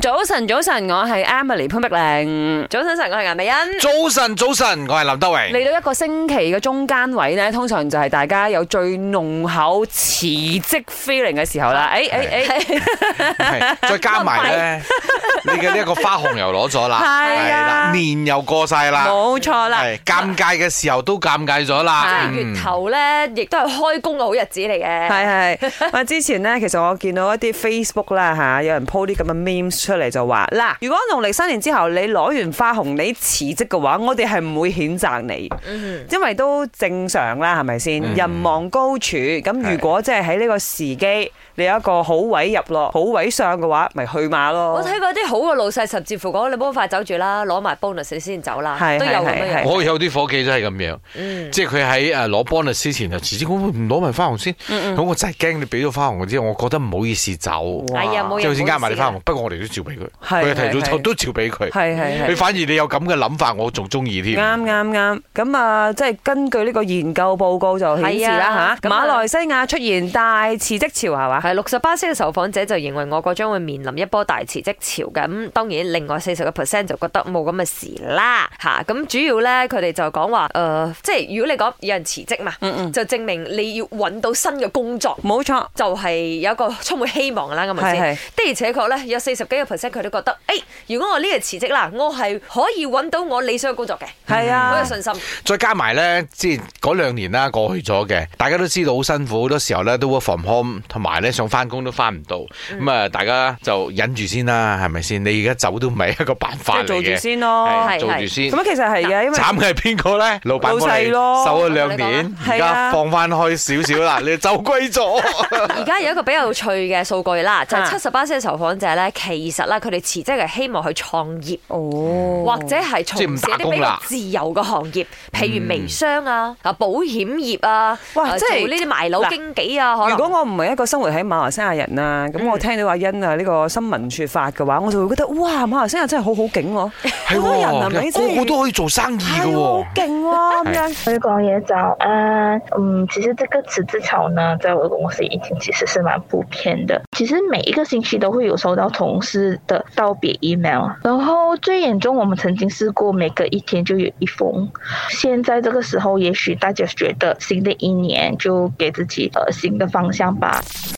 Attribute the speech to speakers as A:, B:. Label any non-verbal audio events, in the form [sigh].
A: 早晨，早晨，我係 Emily 潘碧玲。早晨，晨，我係顏美欣。
B: 早晨，早晨，我系林德荣。
A: 嚟到一個星期嘅中間位呢，通常就係大家有最濃厚辭職 feeling 嘅時候啦。哎誒誒誒，
B: 係再加
A: [laughs]
B: 埋咧，你嘅呢一个花红又攞咗啦，
A: 係啊
B: 係啦，年又过晒啦，
A: 冇錯啦。
B: 系尷尬嘅時候都尷尬咗
A: 啊
B: 啦。
A: 係
B: 嗯
C: 月頭咧，亦都係開工嘅好日子嚟嘅。
A: 係係，我之前咧，其實我見到一啲 Facebook 啦嚇，有人 po 啲咁嘅 memes 出嚟就話嗱，如果農曆新年之後你攞完花紅你辭職嘅話，我哋係唔會譴責你，
C: 嗯
A: 因為都正常啦，係咪先？
B: 嗯
A: 人望高處，咁如果即係喺呢個時機，你有一個好位入落、好位上嘅話，咪去馬咯。
C: 我睇過啲好嘅老細，甚至乎講你冇咁快走住啦，攞埋 bonus 你先走啦，
A: 係
C: 都有咁
A: 係係
C: 樣
A: 係
C: 樣。
B: 我有啲伙計都係咁樣，
C: 嗯，
B: 即係佢喺誒攞 bonus 之前就遲啲，我唔攞埋花紅先，
A: 嗯
B: 咁我就係驚你俾咗花紅之後，我覺得唔好意思走，
A: 哇
C: 哎呀，冇嘢。
B: 即係好似加埋你花紅
C: 冇事，啊
B: 不過我哋都照俾佢，
A: 啊係
B: 佢提
A: 係
B: 早
A: 係
B: 走都照俾佢，
A: 係係係
B: 佢。反而你有咁嘅諗法，我仲中意添。
A: 啱啱啱，咁啊，即係根據呢個研究報告就顯示
C: 係
A: 啦
C: 啊
A: 嚇，
C: 咁啊
A: 馬來西亞出現大辭職潮係嘛
C: 㗎。？係六十巴仙嘅受訪者就認為我國將會面臨一波大辭職潮嘅，咁當然另外四十個 percent 就覺得冇咁嘅事啦嚇。咁主要咧佢哋就講話誒，即係如果你講有人辭職嘛，
A: 嗯
C: 就證明你要揾到新嘅工作。
A: 冇錯，
C: 就係有一個充滿希望啦，咁咪
A: 係
C: 先？的而且確咧，有四十幾個 percent 佢都覺得，誒、如果我呢日辭職啦，我係可以揾到我理想嘅工作嘅，
A: 係
C: 好
A: 啊
C: 有，信心。
B: 再加埋咧，即係嗰兩年啦，過去咗嘅，大家都知道好辛苦，好多時候咧都 work from home，同埋咧想翻工都翻唔到，
A: 嗯
B: 咁啊、大家就忍住先啦，係咪先？你而家走都唔係一個辦
A: 即
B: 法
A: 係 [laughs]
B: 嚟
A: 做住
B: 嘅，
A: 先咯。
B: 係
C: 係
B: 做住先。
A: 咁其實係嘅，因為
B: 慘嘅係邊個咧？老闆幫你
A: 老細咯
B: 守咗兩年，
A: 我同你
B: 而
A: 講啊係啊
B: 家放翻開少少啦，你走歸咗。
C: 而家有一個比較有趣嘅數據啦，就係
A: 啊
C: 七十巴仙嘅受訪者咧，其實咧佢哋辭職係希望去創業。
A: 哦
C: 或者係從
B: 即係唔
C: 事一
B: 打
C: 啲
B: 工
C: 比
B: 啦
C: 較自由嘅行業，譬如微商啊、啊保險業啊，
A: 嗯哇
C: 呃
A: 即係
C: 做呢啲賣樓
A: 嗱
C: 經紀啊，可
A: 如
C: 能嗯
A: 果我唔係一個生活喺馬來西亞人啊，咁我聽到阿欣啊呢個新聞説法嘅話，我就會覺得哇，馬來西亞真係好好景喎，好多人
B: [laughs]
A: 啊，咪
B: 係喎個個都可以做生意嘅
A: 係喎
B: 喎
A: 好。勁喎咁樣。
D: 微光也早安。嗯，其实这个辞职潮呢，在我的公司已经其实是蛮普遍的。其实每一个星期都会有收到同事的道别 email，然后最严重我们曾经试过每隔一天就有一封。现在这个时候，也许大家觉得新的一年就给自己呃新的方向吧。